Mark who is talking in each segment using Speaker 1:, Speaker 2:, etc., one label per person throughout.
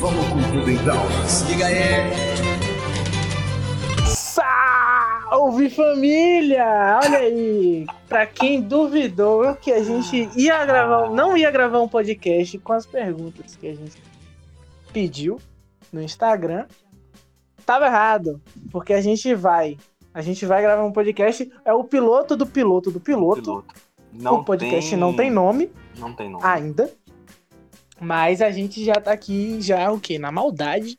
Speaker 1: Vamos cultura então. Diga aí.
Speaker 2: Salve família! Olha aí, pra quem duvidou que a gente ia gravar, não ia gravar um podcast com as perguntas que a gente pediu no Instagram, tava errado, porque a gente vai, a gente vai gravar um podcast, é o piloto do piloto do piloto.
Speaker 3: Piloto.
Speaker 2: o podcast não tem nome
Speaker 3: Não tem nome.
Speaker 2: ainda, mas a gente já tá aqui já o quê? Na maldade,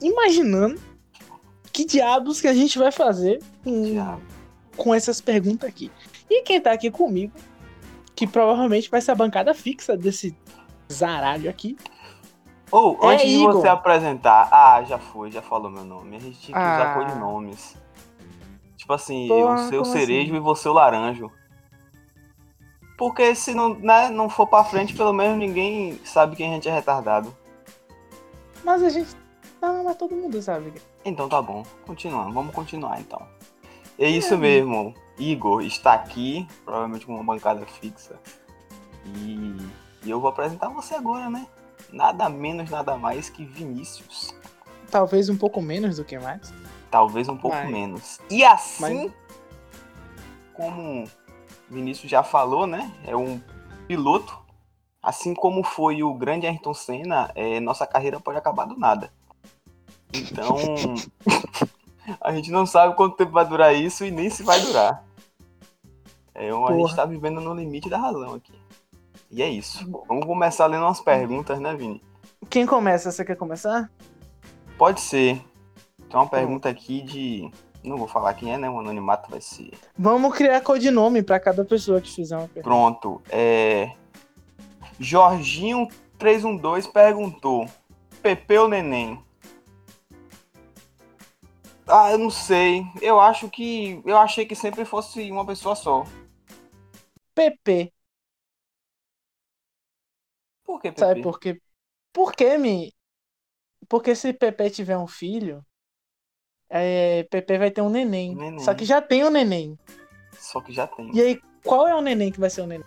Speaker 2: imaginando que diabos que a gente vai fazer com
Speaker 3: Diabo.
Speaker 2: com essas perguntas aqui. E quem tá aqui comigo, que provavelmente vai ser a bancada fixa desse zaralho aqui.
Speaker 3: Ou,
Speaker 2: É,
Speaker 3: antes de
Speaker 2: Igor.
Speaker 3: você apresentar. Ah, já foi, já falou meu nome. A gente tinha que usar
Speaker 2: Ah.
Speaker 3: codinomes. Tipo assim,
Speaker 2: Porra,
Speaker 3: eu sei o
Speaker 2: como
Speaker 3: cerejo e você o laranjo. Porque se não, né, não for pra frente, pelo menos ninguém sabe que a gente é retardado.
Speaker 2: Mas a gente. Ah, mas todo mundo sabe.
Speaker 3: Então tá bom, continuando, vamos continuar então. É isso mesmo, Igor está aqui, provavelmente com uma bancada fixa. E, e eu vou apresentar você agora, né? Nada menos, nada mais que Vinícius.
Speaker 2: Talvez um pouco menos do que mais.
Speaker 3: Talvez um pouco
Speaker 2: Mas-
Speaker 3: menos. E assim, como o Vinícius já falou, né? É um piloto. Assim como foi o grande Ayrton Senna, é, nossa carreira pode acabar do nada. Então, a gente não sabe quanto tempo vai durar isso e nem se vai durar. É, a gente
Speaker 2: Porra.
Speaker 3: tá vivendo no limite da razão aqui. E é isso. Vamos começar lendo umas perguntas, né, Vini?
Speaker 2: Quem começa? Você quer começar?
Speaker 3: Pode ser. Tem
Speaker 2: Hum.
Speaker 3: uma pergunta aqui de. Não vou falar quem é, né? O anonimato vai ser.
Speaker 2: Vamos criar codinome pra cada pessoa que fizer uma pergunta.
Speaker 3: Pronto. É. Jorginho312 perguntou: Pepe ou neném? Ah, eu não sei. Eu acho que. Eu achei que sempre fosse uma pessoa só.
Speaker 2: PP.
Speaker 3: Por que Pepe?
Speaker 2: Sabe por quê? Por que, me? Porque se Pepe tiver um filho, é, Pepe vai ter um neném.
Speaker 3: Neném.
Speaker 2: Só que já tem um neném.
Speaker 3: Só que já tem.
Speaker 2: E aí, qual é o neném que vai ser o neném?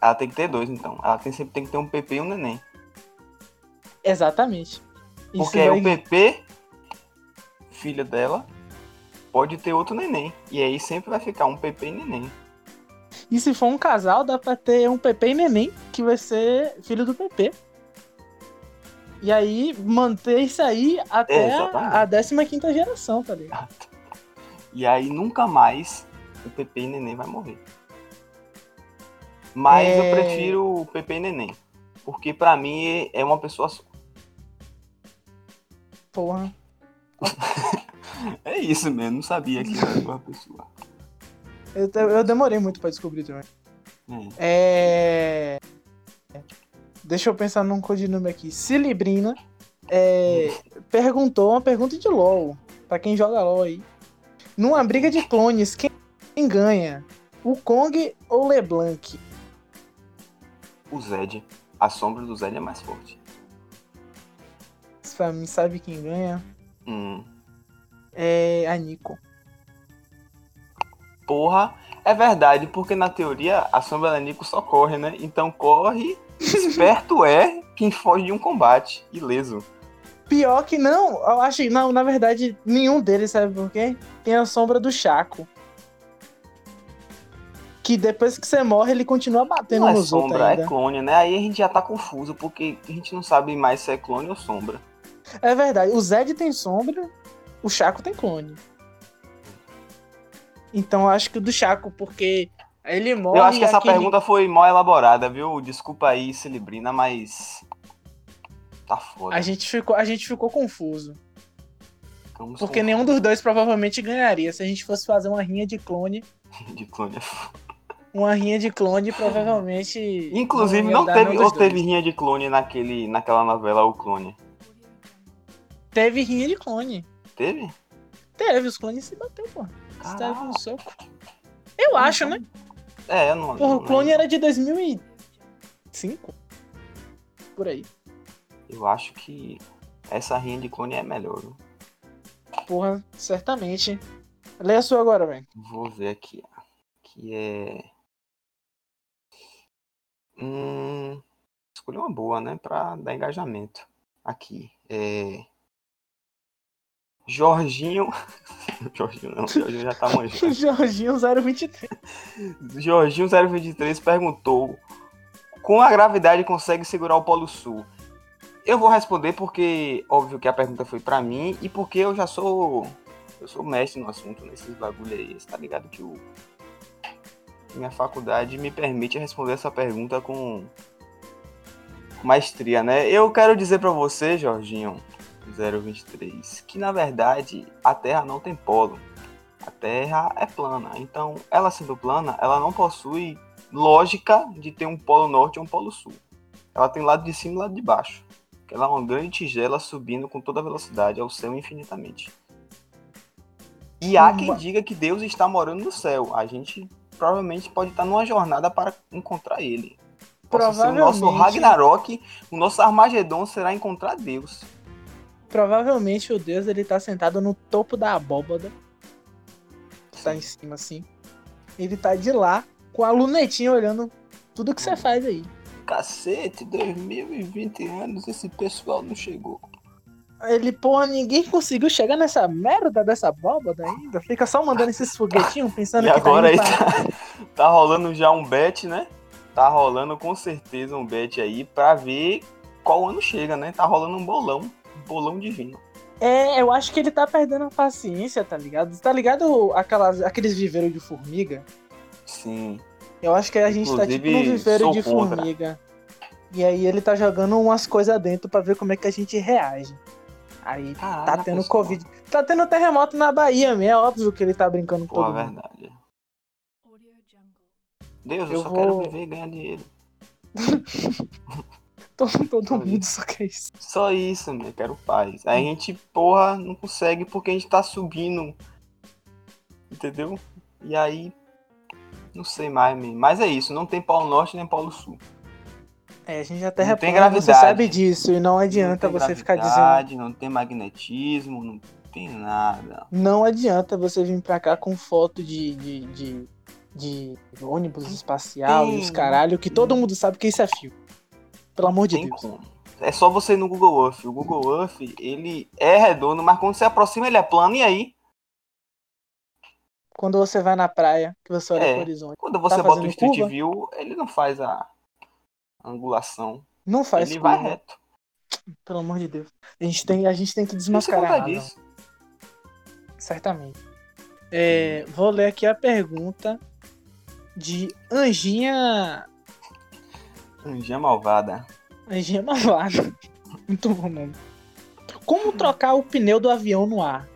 Speaker 3: Ela tem que ter dois, então. Ela tem, sempre tem que ter um Pepe e um neném.
Speaker 2: Exatamente. Isso
Speaker 3: Porque aí
Speaker 2: vai-
Speaker 3: o PP, filho dela, pode ter outro neném. E aí sempre vai ficar um PP e neném.
Speaker 2: E se for um casal, dá pra ter um Pepe e Neném, que vai ser filho do Pepe. E aí, manter isso aí até
Speaker 3: É, exatamente.
Speaker 2: a 15 geração, tá ligado?
Speaker 3: E aí nunca mais o PP e neném vai morrer. Mas
Speaker 2: É.
Speaker 3: eu prefiro o PP e neném. Porque pra mim é uma pessoa só.
Speaker 2: Porra.
Speaker 3: É isso mesmo, não sabia que era uma pessoa.
Speaker 2: Eu, te- eu demorei muito pra descobrir também.
Speaker 3: É.
Speaker 2: É. Deixa eu pensar num codinome aqui. Cilibrina é, perguntou uma pergunta de LOL. Pra quem joga LOL aí. Numa briga de clones, quem quem ganha? O Kong ou o LeBlanc?
Speaker 3: O Zed. A sombra do Zed é mais forte.
Speaker 2: Pra mim, sabe quem ganha?
Speaker 3: Hum.
Speaker 2: É a Nico.
Speaker 3: Porra, é verdade, porque na teoria a sombra da Nico só corre, né? Então corre, esperto é quem foge de um combate, ileso.
Speaker 2: Pior que não, eu achei. Não, na verdade, nenhum deles, sabe por quê? Tem a sombra do Chaco. Que depois que você morre, ele continua batendo
Speaker 3: não é
Speaker 2: nos outros
Speaker 3: sombra,
Speaker 2: ainda.
Speaker 3: é clone, né? Aí a gente já tá confuso, porque a gente não sabe mais se é clone ou sombra.
Speaker 2: É verdade. O Zed tem sombra, o Chaco tem clone. Então eu acho que o do Chaco, porque ele morre.
Speaker 3: Eu acho que essa
Speaker 2: aquele-
Speaker 3: pergunta foi mal elaborada, viu? Desculpa aí, Celebrina, mas. Tá foda.
Speaker 2: A gente ficou, a gente ficou confuso.
Speaker 3: Ficamos
Speaker 2: Porque
Speaker 3: com-
Speaker 2: nenhum dos dois provavelmente ganharia. Se a gente fosse fazer uma rinha de clone,
Speaker 3: de clone.
Speaker 2: uma rinha de clone provavelmente.
Speaker 3: Inclusive,
Speaker 2: ia
Speaker 3: não
Speaker 2: dar
Speaker 3: teve,
Speaker 2: nenhum dos
Speaker 3: ou teve
Speaker 2: dois.
Speaker 3: rinha de clone naquele, naquela novela O Clone.
Speaker 2: Teve rinha de clone.
Speaker 3: Teve?
Speaker 2: Teve, os clones se bateu, pô. Se deram
Speaker 3: Caralho.
Speaker 2: um soco. Eu acho, né?
Speaker 3: É, eu não.
Speaker 2: Porra,
Speaker 3: não-
Speaker 2: o clone era de 2005? Por aí.
Speaker 3: Eu acho que essa rinha de clone é melhor. viu?
Speaker 2: Porra, certamente. Lê a sua agora, velho.
Speaker 3: Vou ver aqui. ó. Que é. Hum... escolha uma boa, né? Pra dar engajamento aqui. É... Jorginho. Jorginho não, Jorginho já tá manjando.
Speaker 2: Jorginho 023.
Speaker 3: Jorginho 023 perguntou: Com a gravidade consegue segurar o Polo Sul? Eu vou responder porque, óbvio que a pergunta foi pra mim e porque eu já sou. Eu sou mestre no assunto, nesses bagulho aí. Você tá ligado que o. Minha faculdade me permite responder essa pergunta com maestria, né? Eu quero dizer para você, Jorginho 023, que na verdade a Terra não tem polo. A Terra é plana. Então, ela sendo plana, ela não possui lógica de ter um polo norte e um polo sul. Ela tem lado de cima e lado de baixo. Ela é uma grande tigela subindo com toda velocidade ao céu infinitamente. E há quem diga que Deus está morando no céu. A gente provavelmente pode estar numa jornada para encontrar ele. Possa ser o nosso Ragnarok, o nosso Armagedon será encontrar Deus.
Speaker 2: Provavelmente o Deus ele tá sentado no topo da abóbada. Que tá em cima assim. Ele tá de lá, com a lunetinha olhando tudo que você
Speaker 3: Hum.
Speaker 2: faz aí.
Speaker 3: Cacete, 2020 anos, esse pessoal não chegou.
Speaker 2: Ele, porra, ninguém conseguiu chegar nessa merda dessa abóbada ainda. Fica só mandando esses foguetinhos pensando
Speaker 3: E
Speaker 2: que
Speaker 3: agora aí
Speaker 2: tá indo pra-
Speaker 3: tá, tá rolando já um bet, né? Tá rolando com certeza um bet aí pra ver qual ano chega, né? Tá rolando um bolão, um bolão divino.
Speaker 2: É, eu acho que ele tá perdendo a paciência, tá ligado? Tá ligado aquelas, aqueles viveiros de formiga?
Speaker 3: Sim.
Speaker 2: Eu acho que a gente tá tipo num
Speaker 3: Inclusive,
Speaker 2: viveiro
Speaker 3: sou
Speaker 2: de
Speaker 3: contra.
Speaker 2: formiga. E aí ele tá jogando umas coisas dentro pra ver como é que a gente reage. Aí
Speaker 3: Caralho,
Speaker 2: tá
Speaker 3: a
Speaker 2: tendo
Speaker 3: pessoa.
Speaker 2: Covid. Tá tendo terremoto na Bahia, mesmo. é óbvio que ele tá brincando com
Speaker 3: Pô, é
Speaker 2: todo
Speaker 3: a
Speaker 2: mundo.
Speaker 3: verdade. Deus, eu,
Speaker 2: Eu
Speaker 3: só
Speaker 2: vou-
Speaker 3: quero viver e ganhar dinheiro.
Speaker 2: Todo, todo
Speaker 3: Olha.
Speaker 2: mundo só quer isso.
Speaker 3: Só isso, meu, eu quero paz. Aí a gente, porra, não consegue porque a gente tá subindo. Entendeu? E aí. Não sei mais, meu. Mas é isso, não tem Polo Norte nem Polo Sul.
Speaker 2: É, a gente já terra
Speaker 3: Não tem
Speaker 2: plana, você
Speaker 3: gravidade.
Speaker 2: sabe disso. E não adianta
Speaker 3: Não tem
Speaker 2: você ficar dizendo.
Speaker 3: gravidade, Não tem magnetismo, não tem nada.
Speaker 2: Não adianta você vir pra cá com foto de, de, de, de ônibus espacial e os
Speaker 3: Tem.
Speaker 2: caralho, que todo mundo sabe que isso é fio. Pelo amor de
Speaker 3: tem
Speaker 2: Deus.
Speaker 3: como. É só você ir no Google Earth. O Google Earth, ele é redondo, mas quando você aproxima, ele é plano. E aí,
Speaker 2: Quando você vai na praia, que você olha
Speaker 3: É.
Speaker 2: pro horizonte.
Speaker 3: quando você
Speaker 2: Tá
Speaker 3: bota o
Speaker 2: fazendo
Speaker 3: Street
Speaker 2: curva?
Speaker 3: View, ele não faz a angulação.
Speaker 2: Não faz né?
Speaker 3: ele
Speaker 2: curva,
Speaker 3: vai reto.
Speaker 2: pelo amor de Deus. A gente tem, a gente tem que
Speaker 3: Não se conta
Speaker 2: desmascarar. Adam.
Speaker 3: disso.
Speaker 2: Certamente. É, vou ler aqui a pergunta de Anjinha.
Speaker 3: Anjinha malvada.
Speaker 2: Anjinha Malvada. Muito bom nome. Como trocar o pneu do avião no ar?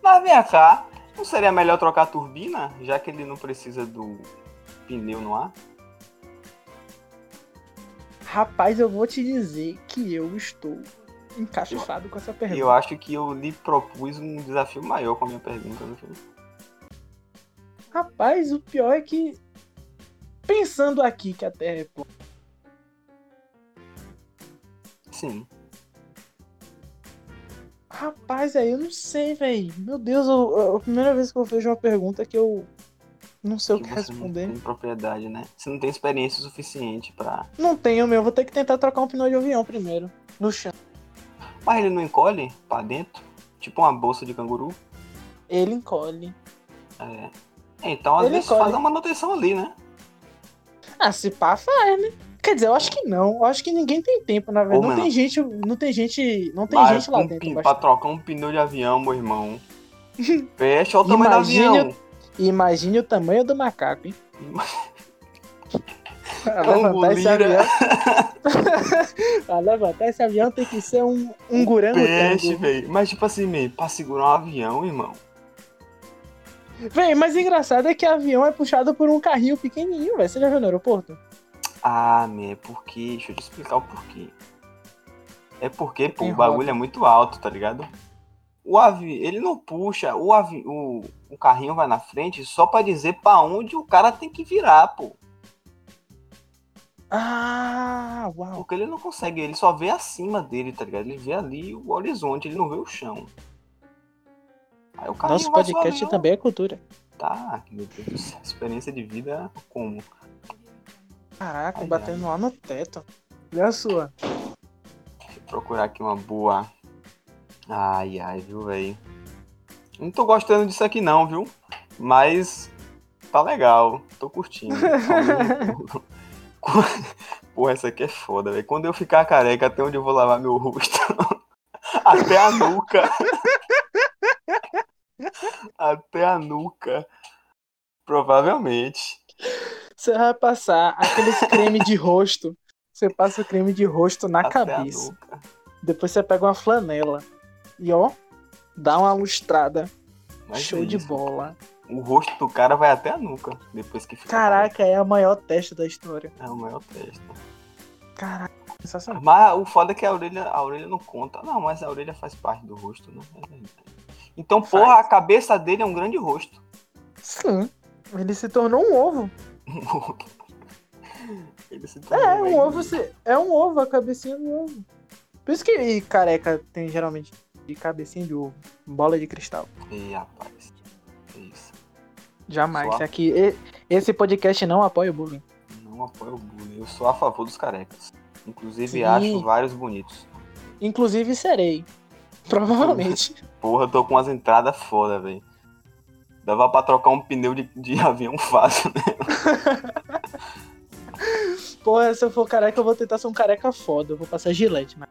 Speaker 3: Mas vem cá, não seria melhor trocar a turbina, já que ele não precisa do pneu no ar?
Speaker 2: Rapaz, eu vou te dizer que eu estou encachufado com essa pergunta.
Speaker 3: Eu acho que eu lhe propus um desafio maior com a minha pergunta no filme.
Speaker 2: Rapaz, o pior é que. Pensando aqui que a Terra é plana,
Speaker 3: Sim.
Speaker 2: Rapaz, aí eu não sei, velho. Meu Deus, eu- eu- a primeira vez que eu vejo uma pergunta que eu não sei o que
Speaker 3: que você
Speaker 2: responder.
Speaker 3: Não tem propriedade, né? Você não tem experiência suficiente pra.
Speaker 2: Não tenho, meu. Vou ter que tentar trocar um pneu de avião primeiro. No chão.
Speaker 3: Mas ele não encolhe pra dentro? Tipo uma bolsa de canguru?
Speaker 2: Ele encolhe.
Speaker 3: É. É, Então, às
Speaker 2: Ele
Speaker 3: vezes,
Speaker 2: encolhe.
Speaker 3: faz uma manutenção ali, né?
Speaker 2: Ah, se pá, faz, né? Quer dizer, eu acho que não. Eu acho que ninguém tem tempo, na verdade.
Speaker 3: Ô,
Speaker 2: Não
Speaker 3: mano.
Speaker 2: tem gente. Não tem gente. Não tem
Speaker 3: Mas
Speaker 2: gente lá
Speaker 3: um
Speaker 2: dentro.
Speaker 3: pin-
Speaker 2: bastante.
Speaker 3: Pra trocar um pneu de avião, meu irmão. Fecha olha o tamanho
Speaker 2: Imagine
Speaker 3: do avião.
Speaker 2: Imagine o tamanho do macaco, hein?
Speaker 3: Ima-
Speaker 2: Pra
Speaker 3: É um
Speaker 2: levantar esse
Speaker 3: golira.
Speaker 2: avião. pra levantar esse avião tem que ser um, um gurango.
Speaker 3: Peixe, velho. Mas, tipo assim, meio, pra segurar um avião, irmão.
Speaker 2: Véi, mas o engraçado é que o avião é puxado por um carrinho pequenininho, velho. Você já viu no aeroporto?
Speaker 3: Ah, meu, é porque. Deixa eu te explicar o porquê. É porque, pô,
Speaker 2: Tem
Speaker 3: o bagulho é muito alto, tá ligado? O avi... Ele não puxa, o, avi... o... o carrinho vai na frente só pra dizer pra onde o cara tem que virar, pô.
Speaker 2: Ah, uau.
Speaker 3: Porque ele não consegue, ele só vê acima dele, tá ligado? Ele vê ali o horizonte, ele não vê o chão. Aí o carrinho
Speaker 2: Nosso
Speaker 3: vai suave,
Speaker 2: podcast
Speaker 3: não.
Speaker 2: também é cultura.
Speaker 3: Tá, meu Deus do céu, experiência de vida como?
Speaker 2: Caraca,
Speaker 3: Ai,
Speaker 2: batendo lá no teto. Olha a sua.
Speaker 3: Deixa eu procurar aqui uma boa. Ai, ai, viu, velho? Não tô gostando disso aqui não, viu? Mas tá legal, tô curtindo. Porra, essa aqui é foda, velho. Quando eu ficar careca, até onde eu vou lavar meu rosto? até a nuca. até a nuca. Provavelmente.
Speaker 2: Você vai passar aqueles creme de rosto. Você passa o creme de rosto na
Speaker 3: até A
Speaker 2: cabeça.
Speaker 3: nuca.
Speaker 2: Depois você pega uma flanela. E ó, dá uma lustrada.
Speaker 3: Mas
Speaker 2: Show
Speaker 3: é
Speaker 2: de
Speaker 3: isso.
Speaker 2: bola.
Speaker 3: O rosto do cara vai até a nuca depois que fica.
Speaker 2: Caraca, é a maior teste da história.
Speaker 3: careca. É o maior teste.
Speaker 2: Caraca, sensacional.
Speaker 3: Mas o foda é que a orelha, a orelha não conta. Não, mas a orelha faz parte do rosto, né? É verdade. Então,
Speaker 2: Faz.
Speaker 3: porra, a cabeça dele é um grande rosto.
Speaker 2: Sim. Ele se tornou um ovo.
Speaker 3: Ele se tornou
Speaker 2: É, um
Speaker 3: grande
Speaker 2: ovo se... é um ovo, a cabecinha do ovo. Por isso que careca tem geralmente de cabecinha de ovo. Bola de cristal.
Speaker 3: Ih, rapaz. Que Isso.
Speaker 2: Jamais.
Speaker 3: Só.
Speaker 2: Aqui, e- esse podcast não apoia o bullying.
Speaker 3: Não apoio o bullying. Eu sou a favor dos carecas. Inclusive,
Speaker 2: Sim.
Speaker 3: acho vários bonitos.
Speaker 2: Inclusive serei. Provavelmente.
Speaker 3: Porra, eu tô com umas entradas foda, velho. Dava pra trocar um pneu de, de avião fácil, né?
Speaker 2: Porra, se eu for careca, eu vou tentar ser um careca foda. Eu vou passar gilete, né?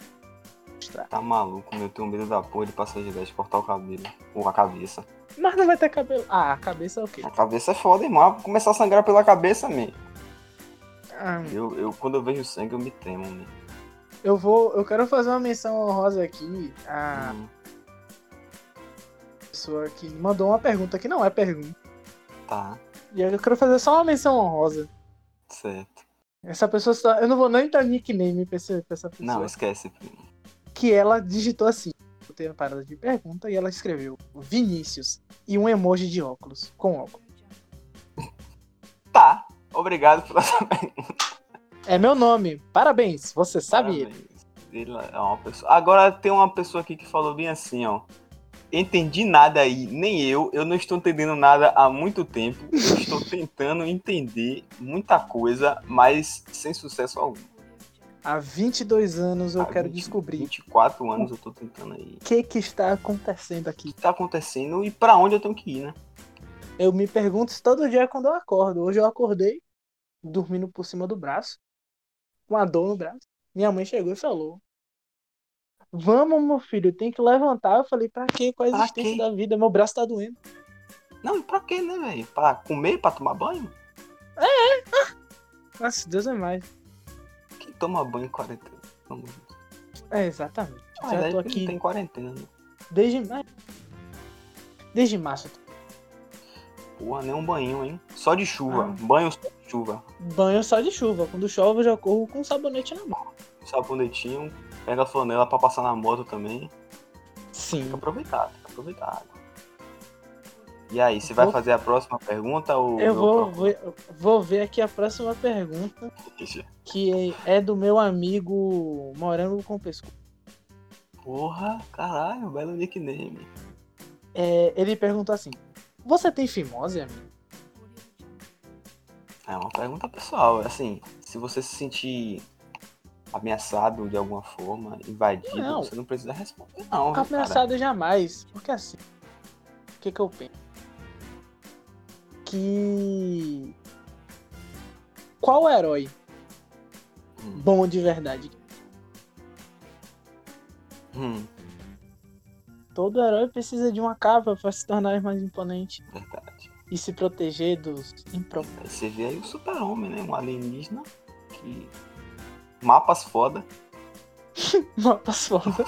Speaker 3: Tá maluco, meu. Eu tenho medo da porra de passar de 10 cortar o cabelo. Ou a cabeça.
Speaker 2: Mas não vai ter cabelo. Ah, a cabeça é o quê?
Speaker 3: A cabeça é foda, irmão. Vai Começar a sangrar pela cabeça, man.
Speaker 2: Hum. Ah,
Speaker 3: Eu, eu, quando eu vejo sangue, eu me tremo, man.
Speaker 2: eu vou. Eu quero fazer uma menção honrosa aqui à
Speaker 3: Hum,
Speaker 2: pessoa que mandou uma pergunta que não é pergunta.
Speaker 3: Tá,
Speaker 2: E eu quero fazer só uma menção honrosa.
Speaker 3: certo.
Speaker 2: Essa pessoa só. Eu não vou nem dar nickname pra essa pra essa pessoa.
Speaker 3: Não, esquece, primo.
Speaker 2: que ela digitou assim. Eu tenho uma parada de pergunta e ela escreveu Vinícius e um emoji de óculos, com óculos.
Speaker 3: Tá. Obrigado pela sua pergunta.
Speaker 2: É meu nome, parabéns, você sabe ele.
Speaker 3: Parabéns. Ele é uma pessoa... Agora tem uma pessoa aqui que falou bem assim, ó. Entendi nada aí, nem eu. Eu não estou entendendo nada há muito tempo. Eu estou tentando entender muita coisa, mas sem sucesso algum.
Speaker 2: Há 22 anos eu
Speaker 3: Há
Speaker 2: quero
Speaker 3: 20,
Speaker 2: descobrir
Speaker 3: 24 anos eu tô tentando aí.
Speaker 2: o que que está acontecendo
Speaker 3: O
Speaker 2: aqui.
Speaker 3: que tá acontecendo e pra onde eu tenho que ir, né?
Speaker 2: Eu me pergunto isso todo dia quando eu acordo. Hoje eu acordei dormindo por cima do braço, com a dor no braço. Minha mãe chegou e falou: "Vamos, meu filho, tem que levantar". Eu falei: "Pra quê? Qual a
Speaker 3: Pra
Speaker 2: existência
Speaker 3: quê?
Speaker 2: da vida? Meu braço tá doendo".
Speaker 3: Não, e pra quê, né, velho? Pra comer, pra tomar banho?
Speaker 2: Nossa, Deus é mais.
Speaker 3: Quem toma banho em quarentena? Pelo amor de Deus.
Speaker 2: É, exatamente.
Speaker 3: Mas
Speaker 2: Já
Speaker 3: aí porque Ah,
Speaker 2: tô
Speaker 3: é, não
Speaker 2: aqui
Speaker 3: Tem quarentena, né?
Speaker 2: desde março. Desde março.
Speaker 3: Porra, nem um banho, hein? Só de chuva.
Speaker 2: Ah.
Speaker 3: Banho só de chuva.
Speaker 2: Banho só de chuva. Quando chove, eu já corro com um sabonete na mão.
Speaker 3: Sabonetinho, pega a flanela pra passar na moto também. Tem
Speaker 2: Sim.
Speaker 3: que aproveitar, tem que aproveitar a água. E aí, você vai
Speaker 2: Vou-
Speaker 3: fazer a próxima pergunta ou.
Speaker 2: Eu vou,
Speaker 3: procuro?
Speaker 2: ver- vou ver aqui a próxima pergunta, que é do meu amigo Morango com Pescoço.
Speaker 3: Porra, caralho, belo nickname.
Speaker 2: É, ele perguntou assim: Você tem fimose, amigo?
Speaker 3: É uma pergunta pessoal, assim, se você se sentir ameaçado de alguma forma, invadido,
Speaker 2: Não.
Speaker 3: você não precisa responder, não. viu, cara?
Speaker 2: Ameaçado jamais. Porque assim. O que, que eu penso? Que. Qual herói
Speaker 3: Hum.
Speaker 2: bom de verdade
Speaker 3: Hum,
Speaker 2: Todo herói precisa de uma capa para se tornar mais imponente
Speaker 3: verdade.
Speaker 2: e se proteger dos impróprios.
Speaker 3: Aí você vê aí o super-homem, né? Um alienígena que. Mapas foda.
Speaker 2: Mapas foda.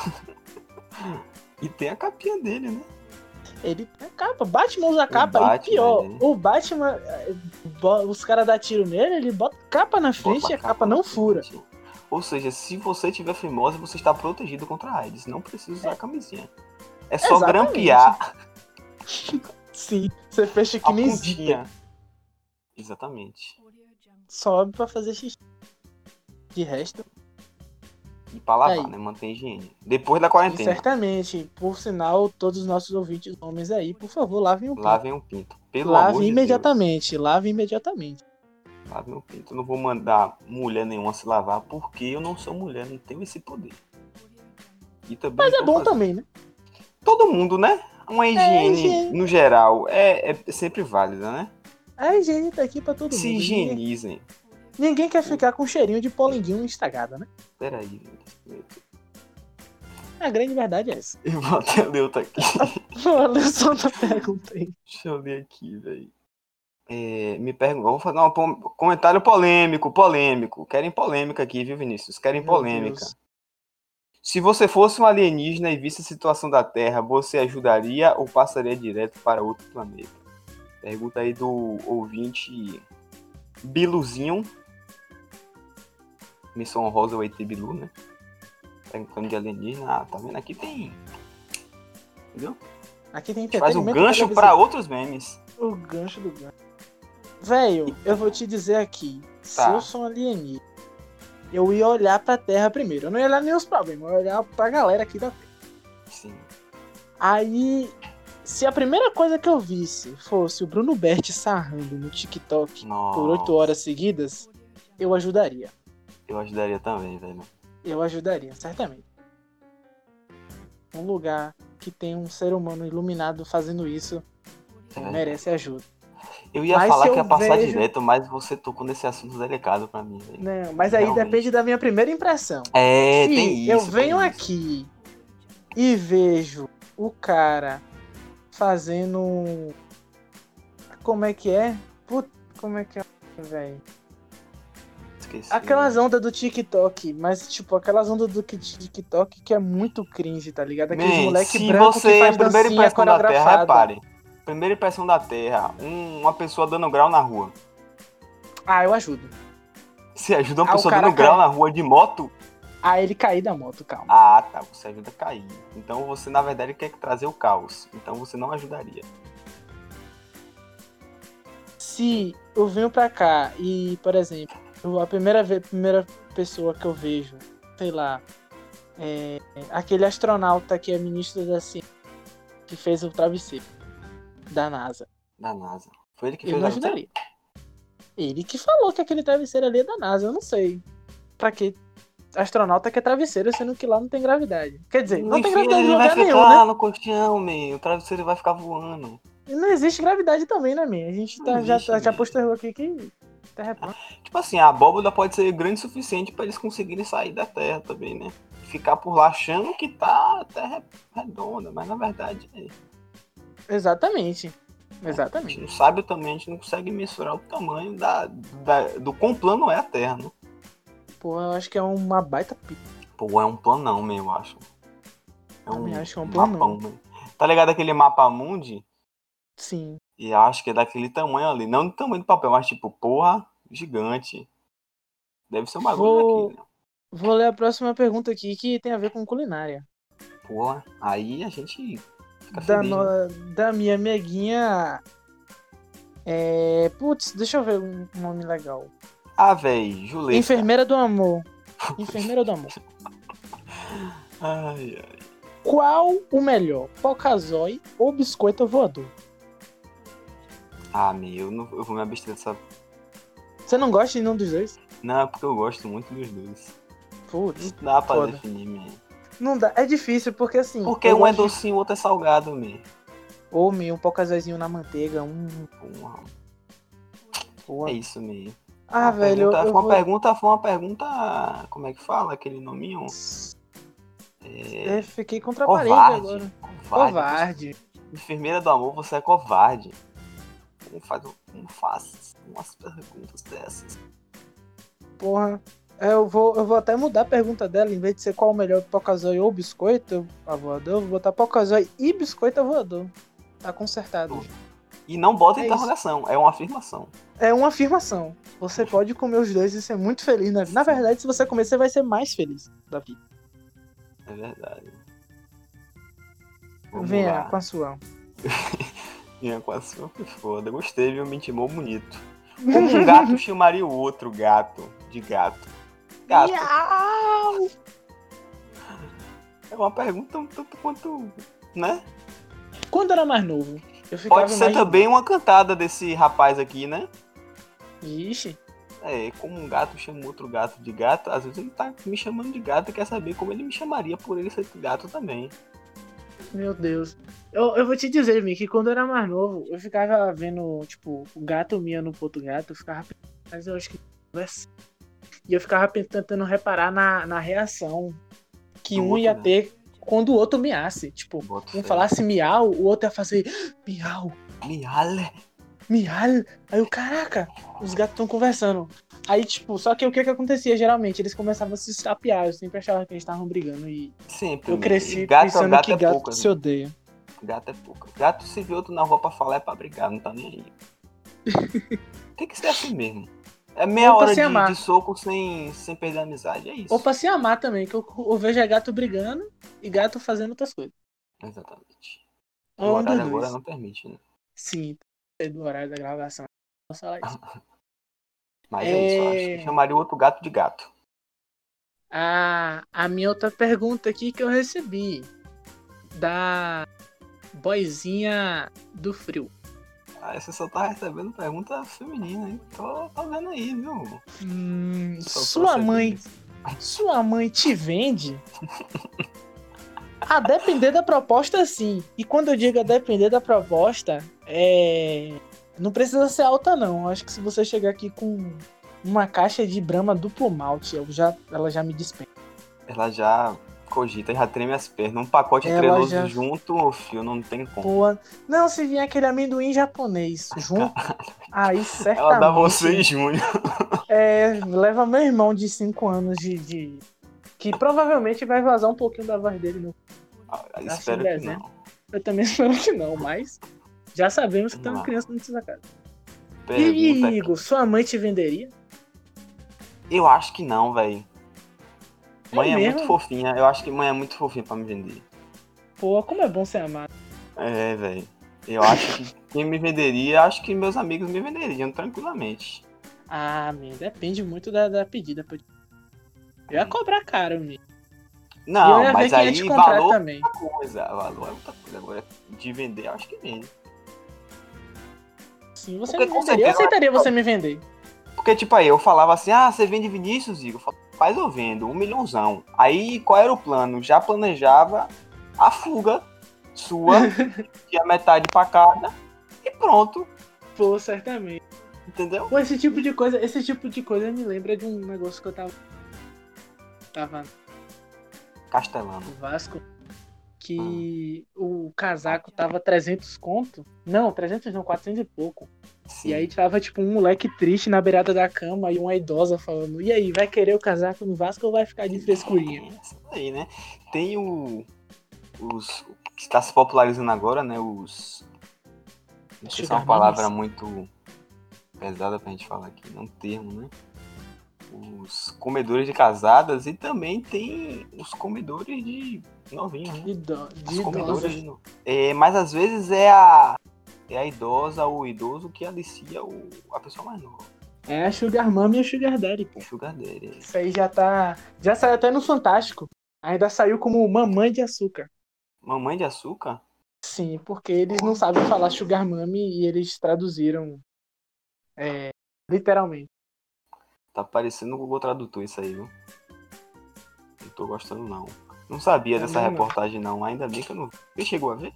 Speaker 3: E tem a capinha dele, né?
Speaker 2: Ele tem a capa. Batman usa a capa
Speaker 3: Batman,
Speaker 2: e pior,
Speaker 3: né?
Speaker 2: o Batman, eh, bo- os caras dão tiro nele, ele bota capa na frente
Speaker 3: Bota
Speaker 2: e a capa não
Speaker 3: na
Speaker 2: fura.
Speaker 3: frente. Ou seja, se você tiver fimose, você está protegido contra a AIDS. Não precisa usar camisinha. É só
Speaker 2: Exatamente.
Speaker 3: grampear
Speaker 2: Sim, você fecha
Speaker 3: a
Speaker 2: que nem
Speaker 3: pontinha. Exatamente.
Speaker 2: sobe pra fazer xixi. De resto,
Speaker 3: E pra lavar,
Speaker 2: Aí. é
Speaker 3: né? Manter a higiene. Depois da
Speaker 2: e
Speaker 3: quarentena.
Speaker 2: certamente, por sinal, todos os nossos ouvintes homens aí, por favor, lavem o um pinto.
Speaker 3: Lavem o um pinto. Pelo amor
Speaker 2: Lave
Speaker 3: de
Speaker 2: imediatamente, lave imediatamente.
Speaker 3: Deus. lavo meu um pinto. Eu não vou mandar mulher nenhuma se lavar porque eu não sou mulher, não tenho esse poder. E também
Speaker 2: Mas é
Speaker 3: tô
Speaker 2: bom
Speaker 3: fazendo-
Speaker 2: também, né?
Speaker 3: Todo mundo, né? Uma higiene,
Speaker 2: higiene.
Speaker 3: no geral, é, é sempre válida, né?
Speaker 2: A higiene tá aqui pra todo
Speaker 3: Se
Speaker 2: mundo. Ninguém,
Speaker 3: higienizem.
Speaker 2: ninguém quer ficar com cheirinho de polenguinho estragada, né?
Speaker 3: Peraí.
Speaker 2: A grande verdade é essa.
Speaker 3: Eu vou até ler outra aqui.
Speaker 2: Olha só na pergunta aí.
Speaker 3: Deixa eu ver aqui, velho. É, me perguntam, vou fazer um pom- comentário polêmico, polêmico. Querem polêmica aqui, viu, Vinícius? Querem
Speaker 2: Meu
Speaker 3: polêmica.
Speaker 2: Deus.
Speaker 3: Se você fosse um alienígena e visse a situação da Terra, você ajudaria ou passaria direto para outro planeta? Pergunta aí do ouvinte Biluzinho. Missão honrosa o ET Bilu, né? Perguntando de alienígena. Ah, tá vendo? Aqui tem. Entendeu?
Speaker 2: Aqui tem
Speaker 3: Faz o
Speaker 2: entretenimento
Speaker 3: gancho
Speaker 2: televisivo.
Speaker 3: para outros memes.
Speaker 2: O gancho do gancho. Velho, eu vou te dizer aqui. Se
Speaker 3: Tá.
Speaker 2: eu sou um alienígena, eu ia olhar pra Terra primeiro. Eu não ia olhar nem os problemas, eu ia olhar pra galera aqui da Terra.
Speaker 3: Sim.
Speaker 2: Aí, se a primeira coisa que eu visse fosse o Bruno Berti sarrando no TikTok
Speaker 3: Nossa,
Speaker 2: por oito horas seguidas, eu ajudaria.
Speaker 3: Eu ajudaria também, velho.
Speaker 2: Eu ajudaria, certamente. Um lugar que tem um ser humano iluminado fazendo isso
Speaker 3: Hum.
Speaker 2: merece ajuda.
Speaker 3: É, Eu ia
Speaker 2: É, Mas se
Speaker 3: falar que ia
Speaker 2: eu
Speaker 3: passar
Speaker 2: vejo-
Speaker 3: direto, mas você tocou nesse assunto delicado pra mim, velho.
Speaker 2: Não, Né? mas aí
Speaker 3: Realmente.
Speaker 2: depende da minha primeira impressão.
Speaker 3: É,
Speaker 2: Se
Speaker 3: tem isso.
Speaker 2: eu
Speaker 3: tem
Speaker 2: venho
Speaker 3: isso.
Speaker 2: aqui e vejo o cara fazendo. um- Como é que é? Puta, como é que é, velho?
Speaker 3: Esqueci.
Speaker 2: Aquelas ondas do TikTok, mas tipo, aquelas ondas do TikTok que é muito cringe, tá ligado? Aqueles
Speaker 3: Man,
Speaker 2: moleque
Speaker 3: se
Speaker 2: branco
Speaker 3: você, é
Speaker 2: que faz
Speaker 3: primeira
Speaker 2: dancinha
Speaker 3: impressão da Terra,
Speaker 2: coreografada.
Speaker 3: repare. Primeira impressão da Terra, um- uma pessoa dando grau na rua.
Speaker 2: ah, eu ajudo.
Speaker 3: Você ajuda uma
Speaker 2: Ah, o
Speaker 3: pessoa
Speaker 2: cara
Speaker 3: dando grau
Speaker 2: cai.
Speaker 3: na rua de moto?
Speaker 2: Ah, ele cair da moto, calma.
Speaker 3: Ah, tá, você ajuda a cair. Então você, na verdade, quer trazer o caos. Então você não ajudaria.
Speaker 2: se eu venho pra cá e, por exemplo, eu- a primeira, vez, primeira pessoa que eu vejo, sei lá, é, aquele astronauta que é ministro da ciência, que fez o travesseiro da NASA,
Speaker 3: Da NASA. Foi ele que
Speaker 2: eu
Speaker 3: fez
Speaker 2: não
Speaker 3: a luta?
Speaker 2: ajudaria. Ele que falou que aquele travesseiro ali é da NASA, eu não sei. Pra que astronauta que é travesseiro, sendo que lá não tem gravidade. Quer dizer, não tem
Speaker 3: Enfim,
Speaker 2: gravidade em
Speaker 3: ele vai
Speaker 2: lugar
Speaker 3: ficar
Speaker 2: nenhum, né?
Speaker 3: no colchão, meio. O travesseiro vai ficar voando.
Speaker 2: E não existe gravidade também, né, minha? A gente tá,
Speaker 3: Não
Speaker 2: já,
Speaker 3: existe,
Speaker 2: já
Speaker 3: né?
Speaker 2: postou aqui que... Terra é plana.
Speaker 3: Tipo assim, a abóbora pode ser grande o suficiente pra eles conseguirem sair da Terra também, né? Ficar por lá achando que tá a Terra é redonda, mas na verdade é.
Speaker 2: Exatamente.
Speaker 3: a gente
Speaker 2: Exatamente.
Speaker 3: não sabe também, a gente não consegue mensurar o tamanho da, da- do quão plano é a Terra, né?
Speaker 2: Pô, eu acho que é uma baita pica.
Speaker 3: Pô, é um planão mesmo, eu acho. É
Speaker 2: Também acho que é um
Speaker 3: mapão, né? Tá ligado aquele mapa mundi?
Speaker 2: Sim.
Speaker 3: E eu acho que é daquele tamanho ali. Não do tamanho do papel, mas tipo, porra, gigante. Deve ser um bagulho
Speaker 2: Vou-
Speaker 3: daqui, né?
Speaker 2: Vou ler a próxima pergunta aqui, que tem a ver com culinária.
Speaker 3: né? Porra, aí a gente fica
Speaker 2: Da,
Speaker 3: feliz,
Speaker 2: no-
Speaker 3: né?
Speaker 2: da minha amiguinha. É. Putz, deixa eu ver um nome legal.
Speaker 3: Ah, véi, Juleta.
Speaker 2: Enfermeira do Amor. Enfermeira do Amor.
Speaker 3: Ai, ai.
Speaker 2: Qual o melhor? Pocazói ou biscoito voador?
Speaker 3: Ah, meu, eu, não, eu vou me abster dessa.
Speaker 2: Você não gosta de nenhum dos dois?
Speaker 3: Não, é porque eu gosto muito dos dois.
Speaker 2: Putz,
Speaker 3: Não dá pra
Speaker 2: Foda.
Speaker 3: definir, mesmo.
Speaker 2: não dá. É difícil, porque assim.
Speaker 3: Porque um
Speaker 2: eu
Speaker 3: é
Speaker 2: gosto de-
Speaker 3: docinho, o outro é salgado, mesmo.
Speaker 2: Ou meio um pocazóizinho na manteiga, um.
Speaker 3: Porra,
Speaker 2: Porra.
Speaker 3: é isso mesmo.
Speaker 2: Ah,
Speaker 3: Uma
Speaker 2: velho, eu,
Speaker 3: pergunta-
Speaker 2: eu
Speaker 3: Foi uma
Speaker 2: vou-
Speaker 3: pergunta, foi uma pergunta. Como é que fala aquele nominho? É.
Speaker 2: Eu fiquei com trabalho agora.
Speaker 3: Covarde. Covarde.
Speaker 2: Covarde.
Speaker 3: Enfermeira do amor, você é covarde. Como faz, um- como faz umas perguntas dessas?
Speaker 2: Porra. É, Eu vou, eu vou até mudar a pergunta dela, em vez de ser qual o melhor pocazói ou biscoito a voador, eu vou botar pocazói e biscoito a voador. Tá consertado.
Speaker 3: E não bota
Speaker 2: É isso.
Speaker 3: interrogação, é uma afirmação.
Speaker 2: É uma afirmação. Você pode comer os dois e ser muito feliz né? na vida. Na verdade, se você comer, você vai ser mais feliz da vida.
Speaker 3: É verdade. Vamos
Speaker 2: Venha
Speaker 3: lá.
Speaker 2: com a sua.
Speaker 3: Minha quase foi foda. Gostei, viu? Me intimou bonito. Como um gato chamaria o outro gato de gato? Gato.
Speaker 2: Miau!
Speaker 3: É uma pergunta um tanto quanto. Né?
Speaker 2: Quando eu era mais novo, eu ficava
Speaker 3: Pode ser
Speaker 2: imaginando-
Speaker 3: também uma cantada desse rapaz aqui, né?
Speaker 2: Ixi,
Speaker 3: É, como um gato chama outro gato de gato, às vezes ele tá me chamando de gato e quer saber como ele me chamaria por ele ser gato também.
Speaker 2: Meu Deus. Eu, eu vou te dizer, Mi, que quando eu era mais novo, eu ficava vendo, tipo, o gato mia no outro gato, eu ficava. Mas eu acho que. é assim. E eu ficava tentando reparar na, na reação que
Speaker 3: Do
Speaker 2: um
Speaker 3: outro,
Speaker 2: ia
Speaker 3: né?
Speaker 2: ter quando o outro miasse. Tipo,
Speaker 3: Bota
Speaker 2: um
Speaker 3: fé.
Speaker 2: falasse miau, o outro ia fazer miau,
Speaker 3: Miale.
Speaker 2: miau. Aí eu, caraca, os gatos estão conversando. Aí, tipo, só que o que que acontecia geralmente? Eles começavam a se estapear. Eu sempre achava que eles estavam brigando. E
Speaker 3: Sempre.
Speaker 2: eu
Speaker 3: né?
Speaker 2: cresci
Speaker 3: gato,
Speaker 2: pensando
Speaker 3: gato
Speaker 2: que
Speaker 3: é
Speaker 2: gato
Speaker 3: pouca.
Speaker 2: se odeia.
Speaker 3: Gato é pouca. Gato se vê outro na rua pra falar é pra brigar, não tá nem aí. Tem que ser assim mesmo. É meia
Speaker 2: Ou pra
Speaker 3: hora
Speaker 2: se amar.
Speaker 3: de, de soco sem, sem perder a amizade. É isso.
Speaker 2: Ou pra se amar também, que eu, eu vejo é gato brigando e gato fazendo outras coisas.
Speaker 3: Exatamente. o
Speaker 2: Ou um dos
Speaker 3: horário agora
Speaker 2: dois.
Speaker 3: não permite, né?
Speaker 2: Sim, é do horário da gravação. Posso falar isso.
Speaker 3: Mas é, isso, eu acho
Speaker 2: É.
Speaker 3: que chamaria o outro gato de gato.
Speaker 2: A, Ah, a minha outra pergunta aqui que eu recebi. Da boizinha do frio.
Speaker 3: Ah, você só tá recebendo pergunta feminina, hein? Tô, tô vendo aí, viu?
Speaker 2: Hum,
Speaker 3: Só
Speaker 2: sua
Speaker 3: procedendo.
Speaker 2: mãe Sua mãe te vende? A depender da proposta, sim. E quando eu digo a depender da proposta, é. Não precisa ser alta, não. Acho que se você chegar aqui com uma caixa de brama duplo malte, eu já, ela já me despenca.
Speaker 3: Ela já cogita, já treme as pernas. Um pacote
Speaker 2: Ela
Speaker 3: treloso
Speaker 2: já-
Speaker 3: junto, ô, fio, não tem como.
Speaker 2: Boa. Não, se vier aquele amendoim japonês junto, aí certamente...
Speaker 3: Ela dá vocês, Júnior.
Speaker 2: É, leva meu irmão de 5 anos de, de- Que provavelmente vai vazar um pouquinho da voz dele no
Speaker 3: Ah,
Speaker 2: Acho
Speaker 3: Espero que
Speaker 2: desenho.
Speaker 3: não.
Speaker 2: Eu também espero que não, mas já sabemos que tem uma
Speaker 3: Não.
Speaker 2: criança dentro da casa. E
Speaker 3: Pergunta
Speaker 2: Igor, sua mãe te venderia?
Speaker 3: Eu acho que não, velho. Mãe é,
Speaker 2: mesmo?
Speaker 3: muito fofinha. Eu acho que mãe é muito fofinha pra me vender.
Speaker 2: Pô, como é bom ser amado.
Speaker 3: É, velho. Eu acho que quem me venderia, acho que meus amigos me venderiam tranquilamente.
Speaker 2: Ah, meu, depende muito da, da pedida. pô. Eu ia cobrar caro, meu.
Speaker 3: Hum. Não,
Speaker 2: eu ia
Speaker 3: mas
Speaker 2: ver quem ia
Speaker 3: aí
Speaker 2: te né? comprar
Speaker 3: valor é
Speaker 2: também.
Speaker 3: outra coisa. Valor é outra coisa. Agora, de vender, eu acho que vende.
Speaker 2: Sim, você
Speaker 3: Porque
Speaker 2: me
Speaker 3: com
Speaker 2: venderia. Eu
Speaker 3: certeza-
Speaker 2: aceitaria você me vender.
Speaker 3: Porque, tipo, aí eu falava assim, ah, você vende Vinícius, Igor? Eu falava, Faz eu vendo, um milhãozão. Aí, qual era o plano? Já planejava a fuga sua, tinha metade pra cada, e pronto,
Speaker 2: Pô, certamente.
Speaker 3: entendeu?
Speaker 2: Pô, esse tipo de coisa, esse tipo de coisa me lembra de um negócio que eu tava. Tava
Speaker 3: Castelano.
Speaker 2: do Vasco que
Speaker 3: Hum.
Speaker 2: o casaco tava 300 conto. Não, 300 não, 400 e pouco.
Speaker 3: Sim.
Speaker 2: E aí tava, tipo, um moleque triste na beirada da cama e uma idosa falando, e aí, vai querer o casaco no Vasco ou vai ficar de frescurinha?
Speaker 3: É, isso aí, né? Tem o. Os. o que está se popularizando agora, né? Os. Não sei se é uma
Speaker 2: Sugar
Speaker 3: palavra
Speaker 2: mamas.
Speaker 3: muito pesada pra gente falar aqui, não um termo, né? Os comedores de casadas e também tem os comedores de novinho, né?
Speaker 2: De, ido-
Speaker 3: Os
Speaker 2: de
Speaker 3: comedores
Speaker 2: idosa.
Speaker 3: de no- É, mas às vezes é a. É a idosa ou o idoso que alicia o, a pessoa mais nova.
Speaker 2: É a Sugar Mama e a Sugar Daddy, pô.
Speaker 3: O sugar dele.
Speaker 2: Isso aí já tá... Já saiu até no Fantástico. Ainda saiu como Mamãe de Açúcar.
Speaker 3: Mamãe de açúcar?
Speaker 2: Sim, porque eles não sabem falar Sugar Mami e eles traduziram é, literalmente.
Speaker 3: Tá parecendo o Google Tradutor isso aí, viu? Não tô gostando não. Não sabia
Speaker 2: Também
Speaker 3: dessa
Speaker 2: não.
Speaker 3: reportagem não, ainda bem que eu não. Você chegou a ver?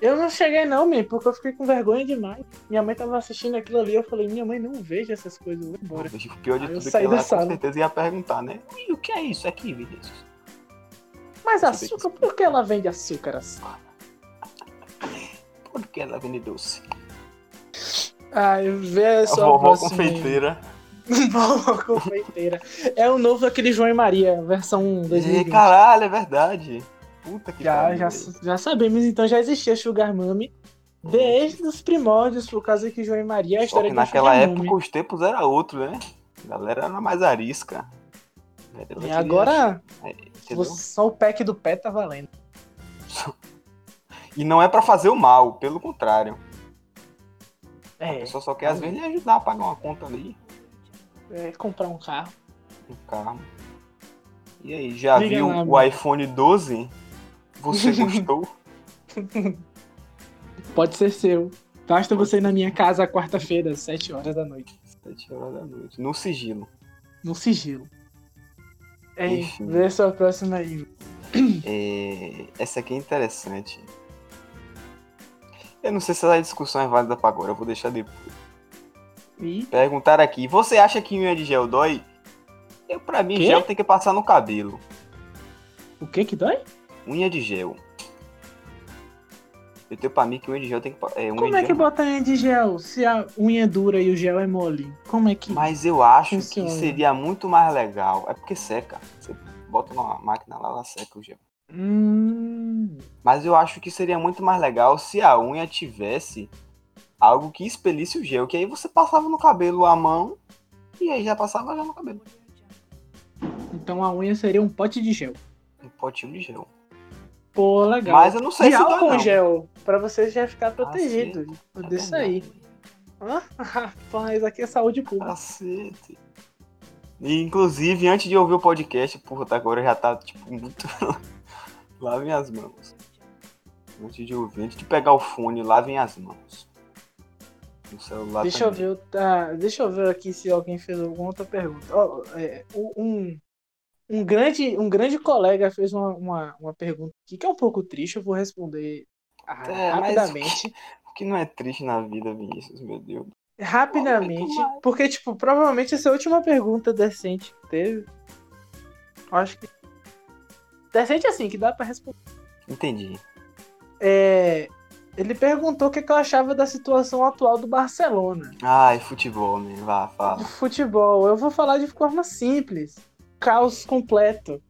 Speaker 2: Eu não cheguei não, mãe, porque eu fiquei com vergonha demais. Minha mãe tava assistindo aquilo ali, eu falei, minha mãe, não veja essas coisas, eu vou embora.
Speaker 3: O pior de
Speaker 2: Ah, eu
Speaker 3: tudo é que
Speaker 2: saí da
Speaker 3: ela
Speaker 2: sala.
Speaker 3: com certeza ia perguntar, né? E o que é isso aqui, Vinícius?
Speaker 2: Mas
Speaker 3: Você tem que
Speaker 2: açúcar, por que ela vende açúcar assim?
Speaker 3: Por que ela vende doce?
Speaker 2: Ah, vê
Speaker 3: A
Speaker 2: só a
Speaker 3: vovó
Speaker 2: próxima.
Speaker 3: confeiteira.
Speaker 2: Vovó confeiteira. É o novo aquele João e Maria, versão um,
Speaker 3: E,
Speaker 2: 2020.
Speaker 3: caralho, é verdade. Puta que
Speaker 2: já,
Speaker 3: pariu,
Speaker 2: já,
Speaker 3: velho.
Speaker 2: já sabemos, então já existia Sugar Mami desde os primórdios, por causa que João e Maria é
Speaker 3: Hum.
Speaker 2: a
Speaker 3: Só
Speaker 2: história
Speaker 3: que
Speaker 2: de um
Speaker 3: naquela
Speaker 2: Sugar
Speaker 3: época né,
Speaker 2: Mami.
Speaker 3: os tempos era outro, né? A galera era mais arisca. A galera
Speaker 2: E
Speaker 3: queria-
Speaker 2: agora,
Speaker 3: É, entendeu?
Speaker 2: você- só o pack do pé tá valendo.
Speaker 3: E não é pra fazer o mal, pelo contrário. A
Speaker 2: É,
Speaker 3: pessoa só quer, às vezes, lhe ajudar a pagar uma conta ali,
Speaker 2: é comprar um carro.
Speaker 3: um carro. E aí, já
Speaker 2: Liga
Speaker 3: viu
Speaker 2: lá,
Speaker 3: o
Speaker 2: amigo.
Speaker 3: iPhone 12? Você gostou?
Speaker 2: Pode ser seu. Basta você ir na minha casa quarta-feira, às 7 horas da noite.
Speaker 3: Sete horas da noite. No sigilo.
Speaker 2: No sigilo. Ei,
Speaker 3: Enfim.
Speaker 2: vê sua próxima aí.
Speaker 3: É, Essa aqui é interessante. Eu não sei se essa discussão é válida pra agora, eu vou deixar depois.
Speaker 2: Ih,
Speaker 3: Perguntar aqui, você acha que unha de gel dói? Eu, pra mim,
Speaker 2: Quê?
Speaker 3: gel tem que passar no cabelo.
Speaker 2: o que que dói?
Speaker 3: Unha de gel. Eu tenho pra mim que unha de gel tem que... pa- É, unha
Speaker 2: Como
Speaker 3: de
Speaker 2: é
Speaker 3: gel
Speaker 2: que bota unha de gel se a unha é dura e o gel é mole? Como é que.
Speaker 3: Mas eu acho
Speaker 2: Funciona.
Speaker 3: que seria muito mais legal. É porque seca. Você bota numa máquina lá, ela seca o gel.
Speaker 2: Hum.
Speaker 3: Mas eu acho que seria muito mais legal se a unha tivesse algo que expelisse o gel. Que aí você passava no cabelo a mão e aí já passava já no cabelo.
Speaker 2: Então a unha seria um pote de gel.
Speaker 3: Um potinho de gel.
Speaker 2: Pô, legal.
Speaker 3: Mas eu não sei
Speaker 2: e
Speaker 3: se dói,
Speaker 2: álcool
Speaker 3: não. Ah,
Speaker 2: em gel, pra você já ficar protegido
Speaker 3: É
Speaker 2: disso aí.
Speaker 3: verdade.
Speaker 2: Hã? Rapaz, aqui é saúde pública.
Speaker 3: Cacete. E, inclusive, antes de ouvir o podcast, porra, tá agora já tá, tipo, muito... lavem as mãos. Antes de ouvir, antes de pegar o fone, lavem as mãos. No celular
Speaker 2: Deixa eu,
Speaker 3: também.
Speaker 2: ver, o- tá, deixa eu ver aqui se alguém fez alguma outra pergunta. Ó, é, o- um, um, grande, um grande colega fez uma, uma, uma pergunta aqui que é um pouco triste, eu vou responder ah,
Speaker 3: É, mas-
Speaker 2: rapidamente.
Speaker 3: O que não é triste na vida, Vinícius, meu Deus.
Speaker 2: Rapidamente,
Speaker 3: Aumenta mais.
Speaker 2: porque, tipo, provavelmente essa é a última pergunta decente que teve. Eu Acho que. Decente assim, que dá pra responder.
Speaker 3: Entendi.
Speaker 2: É, ele perguntou o que, que eu achava da situação atual do Barcelona.
Speaker 3: Ai, futebol, né? Vá,
Speaker 2: Do
Speaker 3: fala.
Speaker 2: futebol. Eu vou falar de forma simples. Caos completo.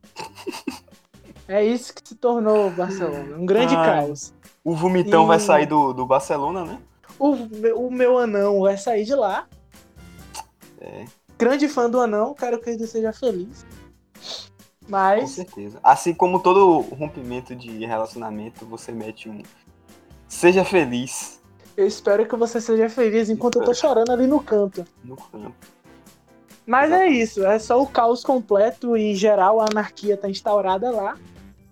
Speaker 2: é isso que se tornou o Barcelona. Um grande
Speaker 3: Ai.
Speaker 2: caos.
Speaker 3: O vomitão
Speaker 2: E-
Speaker 3: vai sair do, do Barcelona, né?
Speaker 2: O, meu- o meu anão vai sair de lá.
Speaker 3: É.
Speaker 2: Grande fã do anão. Quero que ele seja feliz.
Speaker 3: Com
Speaker 2: Mas.
Speaker 3: certeza. Assim como todo rompimento de relacionamento, você mete um... Seja feliz
Speaker 2: Eu espero que você seja feliz enquanto eu tô chorando ali no canto.
Speaker 3: no campo.
Speaker 2: Mas é isso, é só o caos completo e em geral a anarquia tá instaurada lá.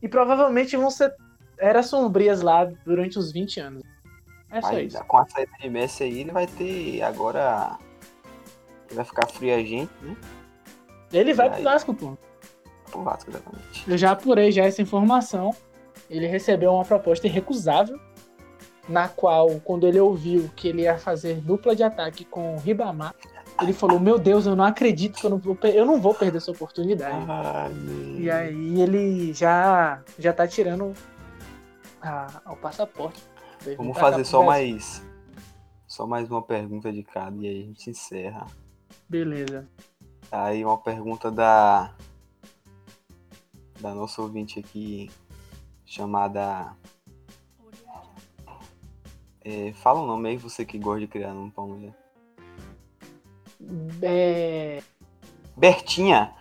Speaker 2: E provavelmente vão ser eras sombrias lá durante uns 20 anos. É só
Speaker 3: Vai
Speaker 2: isso.
Speaker 3: dar- com a saída de Messi aí, ele vai ter agora. Ele vai ficar free agent, né?
Speaker 2: Ele vai
Speaker 3: e
Speaker 2: pro
Speaker 3: aí?
Speaker 2: Vasco, pô.
Speaker 3: Pro Vasco, exatamente.
Speaker 2: Eu já apurei já essa informação. Ele recebeu uma proposta irrecusável, na qual, quando ele ouviu que ele ia fazer dupla de ataque com o Ribamar, ele falou: Meu Deus, eu não acredito que eu não vou, per- eu não vou perder essa oportunidade.
Speaker 3: Ai, meu-
Speaker 2: É. E aí ele já já tá tirando a- o passaporte. Tá Deve
Speaker 3: Vamos
Speaker 2: pra cá
Speaker 3: fazer
Speaker 2: pro
Speaker 3: só
Speaker 2: Brasil.
Speaker 3: mais. Só mais uma pergunta de cada e aí a gente encerra.
Speaker 2: Beleza.
Speaker 3: Tá aí uma pergunta da. Da nossa ouvinte aqui, chamada. É, fala o nome aí, você que gosta de criar nome pra mulher.
Speaker 2: É...
Speaker 3: Bertinha!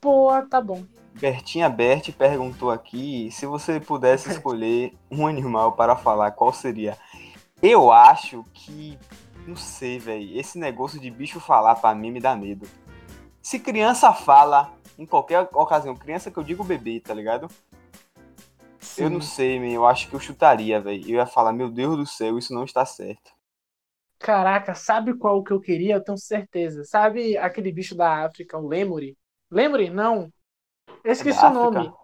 Speaker 2: Pô, tá bom.
Speaker 3: Bertinha Bert perguntou aqui se você pudesse escolher um animal para falar, qual seria? Eu acho que. Não sei, velho. Esse negócio de bicho falar pra mim me dá medo. Se criança fala, em qualquer ocasião, criança que eu digo bebê, tá ligado? Eu não
Speaker 2: Sim.
Speaker 3: sei, man. Eu acho que eu chutaria, velho. Eu ia falar, meu Deus do céu, isso não está certo.
Speaker 2: Caraca, sabe qual que eu queria? Eu tenho certeza. Sabe aquele bicho da África, o Lemuri? Lemuri? Não. Eu esqueci
Speaker 3: Da
Speaker 2: o nome.
Speaker 3: África?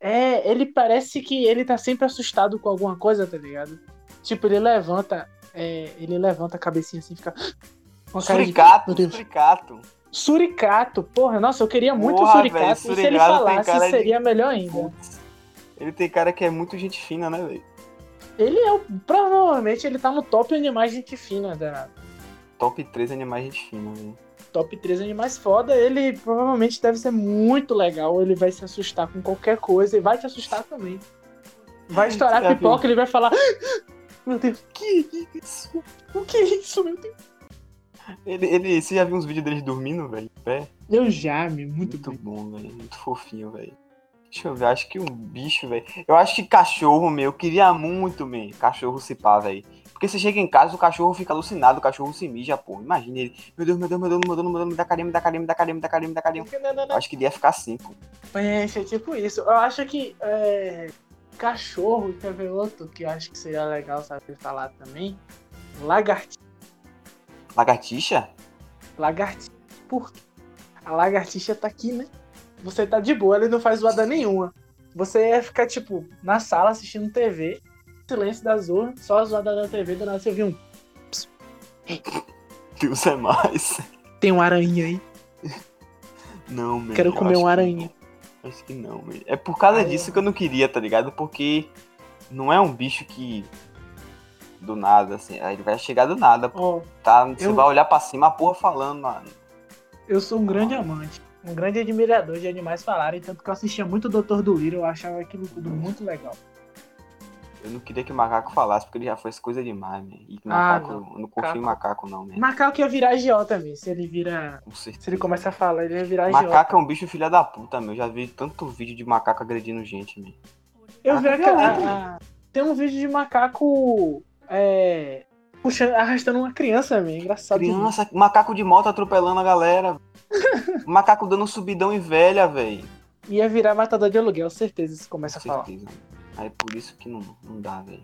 Speaker 2: É, ele parece que ele tá sempre assustado com alguma coisa, tá ligado? Tipo, ele levanta, é, ele levanta a cabecinha assim, e fica uma cara de-
Speaker 3: Suricato,
Speaker 2: Meu Deus.
Speaker 3: suricato.
Speaker 2: Suricato, porra, nossa, eu queria muito
Speaker 3: Porra,
Speaker 2: o Suricato,
Speaker 3: velho,
Speaker 2: e se ele
Speaker 3: Suricato tem
Speaker 2: falasse
Speaker 3: cara de-
Speaker 2: seria melhor ainda.
Speaker 3: Ele tem cara que é muito gente fina, né, velho?
Speaker 2: Ele é, o- provavelmente, ele tá no top animais gente fina, danado.
Speaker 3: Top 3 animais gente fina, né? velho.
Speaker 2: Top 3 animais foda, ele provavelmente deve ser muito legal, ele vai se assustar com qualquer coisa e vai te assustar também. Vai estourar
Speaker 3: Já
Speaker 2: a
Speaker 3: vi.
Speaker 2: pipoca, ele vai falar, "Ah, meu Deus,
Speaker 3: Que isso?
Speaker 2: o que é isso, meu Deus?
Speaker 3: Ele, ele, você já viu uns vídeos deles dormindo, velho? em Pé?
Speaker 2: Eu já, meu, muito,
Speaker 3: Muito,
Speaker 2: bom.
Speaker 3: bom, velho. Muito fofinho, velho. Deixa eu ver, acho que um bicho, velho. Eu acho que cachorro, meu, eu queria muito, meu, cachorro se pá, velho. Porque você chega em casa, o cachorro fica alucinado, o cachorro se mija, pô. Imagina ele, meu Deus, meu Deus, meu Deus, meu Deus, meu Deus, me dá carinho, me dá carinho, me dá carinho, me dá carinho, me dá carinho. Eu acho que ele ia ficar assim, pô.
Speaker 2: É, isso é tipo isso. Eu acho que é, cachorro, quer ver outro que eu acho que seria legal saber falar também? Lagartixa.
Speaker 3: Lagartixa?
Speaker 2: Lagartixa, por quê? A lagartixa tá aqui, né? Você tá de boa, ele não faz zoada nenhuma. Você ia ficar, tipo, na sala assistindo TV, silêncio das urnas, só a zoada da TV, do nada você viu um. Pss,
Speaker 3: Deus é mais.
Speaker 2: Tem um aranha aí,
Speaker 3: Não, meu.
Speaker 2: quero
Speaker 3: eu
Speaker 2: comer
Speaker 3: acho
Speaker 2: um
Speaker 3: que-
Speaker 2: aranha.
Speaker 3: Acho que não, velho. É por causa
Speaker 2: Aí-
Speaker 3: disso que eu não queria, tá ligado? Porque não é um bicho que. Do nada, assim. aí Ele vai chegar do nada.
Speaker 2: Ó,
Speaker 3: Tá? Você
Speaker 2: Eu-
Speaker 3: vai olhar pra cima, a porra falando, mano.
Speaker 2: Eu sou um grande amante, um grande admirador de animais falarem, tanto que eu assistia muito o Doutor do Liro, eu achava aquilo tudo muito legal.
Speaker 3: Eu não queria que o macaco falasse, porque ele já fez coisa demais, velho. E
Speaker 2: Ah,
Speaker 3: macaco, eu não confio em macaco, não, velho.
Speaker 2: Macaco ia virar agiota, velho. Se ele vira.
Speaker 3: Com certeza.
Speaker 2: Se ele começa a falar, ele ia virar agiota.
Speaker 3: Macaco é um bicho filha da puta, meu. Já vi tanto vídeo de macaco agredindo gente, meu.
Speaker 2: Eu vi
Speaker 3: macaco é violento,
Speaker 2: aquela. a- Ah, Tem um vídeo de macaco. É. Puxando, arrastando uma criança, velho. É Engraçado. demais.
Speaker 3: Criança, macaco de moto atropelando a galera. macaco dando um subidão em velha, velho.
Speaker 2: Ia virar matador de aluguel, certeza, se
Speaker 3: Com
Speaker 2: começa a falar.
Speaker 3: certeza. Aí por isso que não, não dá, velho.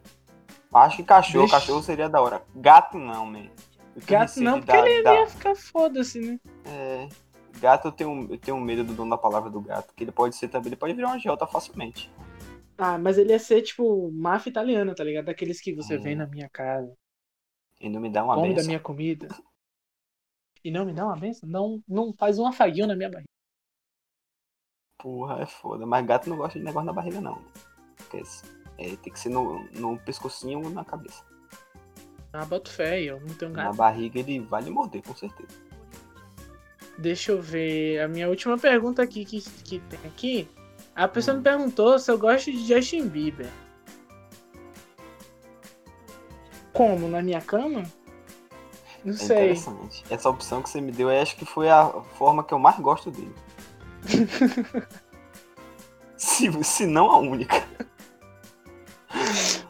Speaker 3: Acho que cachorro,
Speaker 2: Deixa-
Speaker 3: cachorro seria da hora. Gato não, velho. Eu tenho
Speaker 2: Gato
Speaker 3: receio
Speaker 2: não,
Speaker 3: de
Speaker 2: porque
Speaker 3: dar-
Speaker 2: ele
Speaker 3: dar-
Speaker 2: ia ficar foda-se, né?
Speaker 3: é, Gato eu tenho, eu tenho medo do dono da palavra do gato, que ele pode ser também, ele pode virar uma agiota facilmente.
Speaker 2: Ah, mas ele ia ser, tipo, máfia italiana, tá ligado? Daqueles que você
Speaker 3: Hum.
Speaker 2: vem na minha casa.
Speaker 3: Ele não me dá uma
Speaker 2: come da
Speaker 3: benção.
Speaker 2: minha comida e não me dá uma benção, não, não faz um afaguinho na minha barriga.
Speaker 3: Porra, é foda. Mas gato não gosta de negócio na barriga, não. Esquece. É, tem que ser no, no pescocinho ou na cabeça.
Speaker 2: Ah, boto fé, eu não tenho
Speaker 3: Na
Speaker 2: gato.
Speaker 3: barriga ele vai lhe morder, com certeza.
Speaker 2: Deixa eu ver a minha última pergunta aqui que, que tem aqui. A pessoa me perguntou se eu gosto de Justin Bieber. Como? Na minha cama? Não
Speaker 3: É
Speaker 2: sei.
Speaker 3: interessante. Essa opção que você me deu, eu acho que foi a forma que eu mais gosto dele. se, se não a única.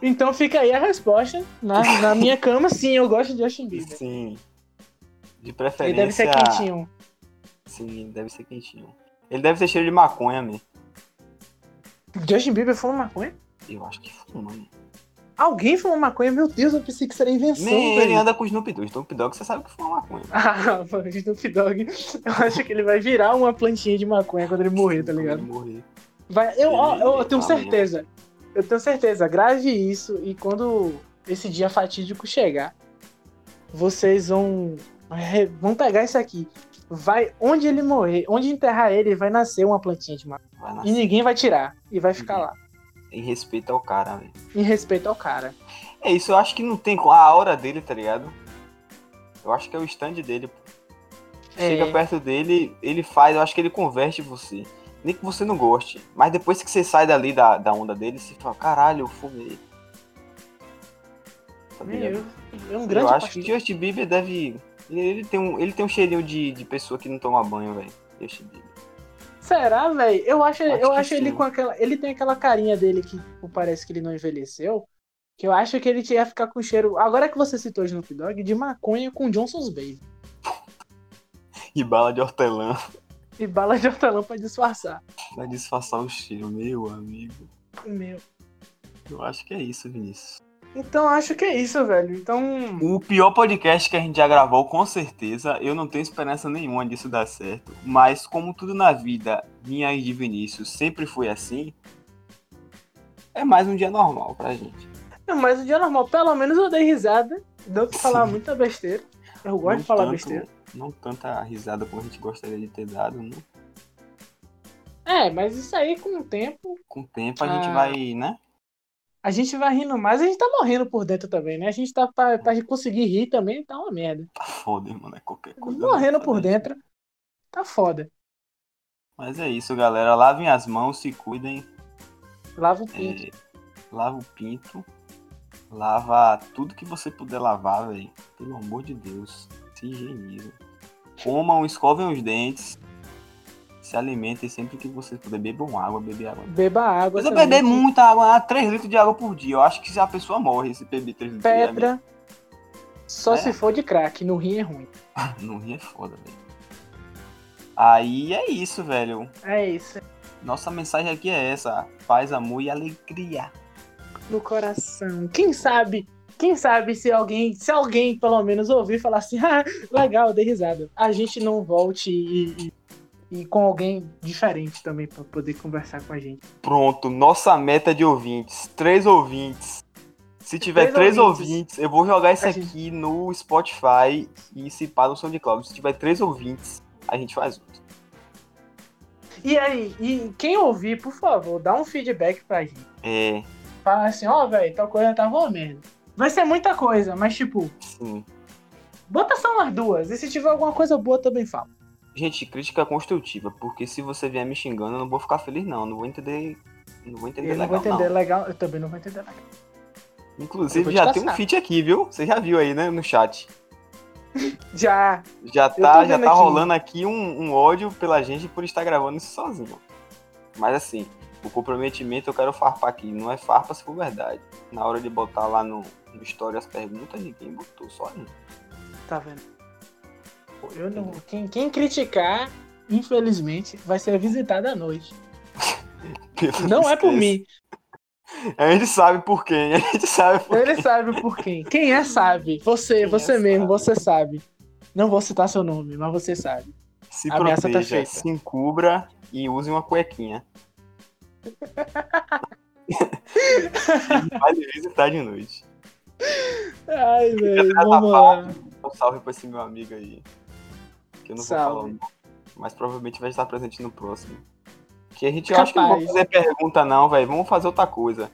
Speaker 2: Então fica aí a resposta. Na, na minha cama, sim, eu gosto de Justin Bieber.
Speaker 3: Sim. De
Speaker 2: Ele
Speaker 3: preferência.
Speaker 2: deve ser quentinho.
Speaker 3: Sim, deve ser quentinho. Ele deve ter cheiro de maconha, né?
Speaker 2: Justin Bieber fuma maconha?
Speaker 3: Eu acho que fuma, né?
Speaker 2: Alguém fuma maconha? Meu Deus, eu pensei que isso era invenção.
Speaker 3: Man, ele
Speaker 2: velho.
Speaker 3: anda com o Snoop Dogg. Snoop Dogg, você sabe que fuma maconha.
Speaker 2: Ah, mano, Snoop Dogg. Eu acho que ele vai virar uma plantinha de maconha quando ele morrer, tá ligado?
Speaker 3: Ele morrer.
Speaker 2: Vai, eu, ó, eu, tenho
Speaker 3: Amém.
Speaker 2: certeza. Eu tenho certeza. Grave isso e quando esse dia fatídico chegar, vocês vão re- vão pegar isso aqui. Vai onde ele morrer, onde enterrar ele, vai nascer uma plantinha de maconha.
Speaker 3: Vai
Speaker 2: E
Speaker 3: nascer.
Speaker 2: ninguém vai tirar e vai
Speaker 3: Uhum.
Speaker 2: ficar lá.
Speaker 3: Em respeito ao cara, velho.
Speaker 2: Em respeito ao cara.
Speaker 3: É isso, eu acho que não tem com a aura dele, tá ligado? Eu acho que é o stand dele. pô. Chega
Speaker 2: É.
Speaker 3: perto dele, ele faz, eu acho que ele converte você. Nem que você não goste. Mas depois que você sai dali da, da onda dele, você fala, caralho, eu fumei. Tá ligado?
Speaker 2: Eu, é um
Speaker 3: Eu
Speaker 2: grande
Speaker 3: acho
Speaker 2: partido.
Speaker 3: que o Justin Bieber deve. Ele, ele tem um, ele tem um cheirinho de, de pessoa que não toma banho, velho. Justin Bieber.
Speaker 2: Será, velho? Eu acho,
Speaker 3: Acho
Speaker 2: eu
Speaker 3: que
Speaker 2: acho ele
Speaker 3: sim.
Speaker 2: com aquela. Ele tem aquela carinha dele que tipo, parece que ele não envelheceu. Que eu acho que ele ia ficar com cheiro. Agora que você citou Snoop Dogg, de maconha com Johnson's Baby.
Speaker 3: E bala de hortelã
Speaker 2: E bala de hortelã pra disfarçar.
Speaker 3: pra disfarçar o cheiro, meu amigo.
Speaker 2: Meu.
Speaker 3: Eu acho que é isso, Vinícius.
Speaker 2: Então acho que é isso, velho. Então.
Speaker 3: O pior podcast que a gente já gravou, com certeza. Eu não tenho esperança nenhuma disso dar certo. Mas, como tudo na vida, minha e de Vinícius sempre foi assim. É mais um dia normal pra gente.
Speaker 2: É mais um dia normal. Pelo menos eu dei risada. Deu pra falar
Speaker 3: Sim.
Speaker 2: muita besteira. Eu gosto
Speaker 3: Não
Speaker 2: de falar
Speaker 3: tanto-
Speaker 2: besteira.
Speaker 3: Não tanta risada como a gente gostaria de ter dado. né?
Speaker 2: É, mas isso aí com o tempo.
Speaker 3: Com o tempo a gente
Speaker 2: Ah.
Speaker 3: vai, né?
Speaker 2: A gente vai rindo mais, a gente tá morrendo por dentro também, né? A gente tá pra, pra conseguir rir também, tá uma merda.
Speaker 3: Tá foda, mano. É qualquer coisa.
Speaker 2: Morrendo
Speaker 3: né?
Speaker 2: por dentro. Tá foda.
Speaker 3: Mas é isso, galera. Lavem as mãos, se cuidem.
Speaker 2: Lava o
Speaker 3: É,
Speaker 2: pinto.
Speaker 3: lava o pinto. Lava tudo que você puder lavar, velho. Pelo amor de Deus. Se higieniza. Comam, escovem os dentes. Se alimentem sempre que você puder. Bebam água, beber água.
Speaker 2: Beba água.
Speaker 3: Mas eu
Speaker 2: também,
Speaker 3: beber
Speaker 2: que
Speaker 3: muita água, ah, 3 litros de água por dia. Eu acho que se a pessoa morre se beber 3 litros de água.
Speaker 2: Pedra. Só
Speaker 3: né? É.
Speaker 2: se for de crack. No rim é ruim.
Speaker 3: Não ri é foda, velho. Aí é isso, velho.
Speaker 2: É isso.
Speaker 3: Nossa mensagem aqui é essa. Paz, amor e alegria.
Speaker 2: No coração. Quem sabe Quem sabe se alguém, se alguém pelo menos ouvir falar assim, ah, legal, dei risada. A gente não volte e, e, e com alguém diferente também para poder conversar com a gente.
Speaker 3: Pronto, nossa meta é de ouvintes, três ouvintes. Se tiver três,
Speaker 2: Três
Speaker 3: ouvintes.
Speaker 2: ouvintes.
Speaker 3: eu vou jogar isso
Speaker 2: A
Speaker 3: aqui no Spotify e se pá no SoundCloud. Se tiver três ouvintes, a gente faz outro.
Speaker 2: E aí, e quem ouvir, por favor, dá um feedback pra gente.
Speaker 3: É,
Speaker 2: Fala assim, ó, velho, tal coisa tava uma merda. Vai ser muita coisa, mas tipo,
Speaker 3: sim.
Speaker 2: bota só umas duas. E se tiver alguma coisa boa, também fala.
Speaker 3: Gente, crítica construtiva, porque se você vier me xingando, eu não vou ficar feliz, não. Eu Não vou entender. Não vou entender
Speaker 2: Eu não
Speaker 3: É legal,
Speaker 2: vou entender
Speaker 3: não.
Speaker 2: legal, eu também não vou entender legal. Eu
Speaker 3: Inclusive,
Speaker 2: vou te
Speaker 3: já tem um
Speaker 2: caçar.
Speaker 3: feat aqui, viu? Você já viu aí, né, no chat.
Speaker 2: Já,
Speaker 3: Já
Speaker 2: tô
Speaker 3: tá, já
Speaker 2: vendo
Speaker 3: tá
Speaker 2: aqui.
Speaker 3: rolando aqui um, um ódio pela gente por estar gravando isso sozinho. Mas assim, o comprometimento eu quero farpar aqui. Não é farpa se for verdade. Na hora de botar lá no, no story as perguntas, ninguém botou, só um. eu.
Speaker 2: tá vendo? Pô, Eu não. Quem, quem criticar, infelizmente, vai ser visitado à noite.
Speaker 3: Pelo
Speaker 2: Não é por
Speaker 3: esquece.
Speaker 2: mim.
Speaker 3: A gente sabe por quem, a gente sabe por
Speaker 2: Ele sabe por quem. Quem é sabe. Você,
Speaker 3: Quem
Speaker 2: você
Speaker 3: é,
Speaker 2: mesmo,
Speaker 3: sabe.
Speaker 2: você sabe. Não vou citar seu nome, mas você sabe.
Speaker 3: Se
Speaker 2: A ameaça tá
Speaker 3: proteja,
Speaker 2: feita.
Speaker 3: se encubra e use uma cuequinha. e vai me visitar de noite.
Speaker 2: Ai, velho,
Speaker 3: atrás da
Speaker 2: vamos lá.
Speaker 3: Um salve pra esse meu amigo aí. Que eu não vou
Speaker 2: Salve.
Speaker 3: falar o nome, mas provavelmente vai estar presente no próximo. Que a gente eu
Speaker 2: Capaz.
Speaker 3: acho que não vai fazer pergunta, não, velho. Vamos fazer outra coisa.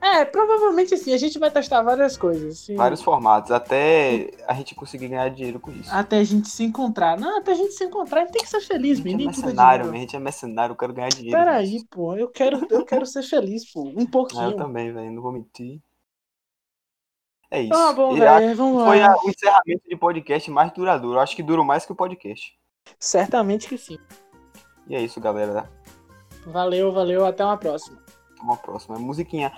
Speaker 2: É, provavelmente sim. A gente vai testar várias coisas. assim. sim.
Speaker 3: Vários formatos. Até a gente conseguir ganhar dinheiro com isso.
Speaker 2: Até a gente se encontrar. Não, até a gente se encontrar, a gente tem que ser
Speaker 3: a
Speaker 2: feliz,
Speaker 3: gente é
Speaker 2: menino.
Speaker 3: mercenário, meu, a gente é mercenário, eu quero ganhar dinheiro. com
Speaker 2: Peraí,
Speaker 3: isso.
Speaker 2: pô. Eu quero, eu quero ser feliz, pô. Um
Speaker 3: Ah, eu
Speaker 2: pouquinho.
Speaker 3: também, velho. Não vou mentir. É isso.
Speaker 2: Tá bom,
Speaker 3: E a-
Speaker 2: velho. Vamos
Speaker 3: Foi
Speaker 2: lá.
Speaker 3: a- o encerramento de podcast mais duradouro. Acho que durou mais que o podcast.
Speaker 2: Certamente que sim.
Speaker 3: E é isso, galera.
Speaker 2: Valeu, valeu. Até uma próxima.
Speaker 3: Até uma próxima. Musiquinha.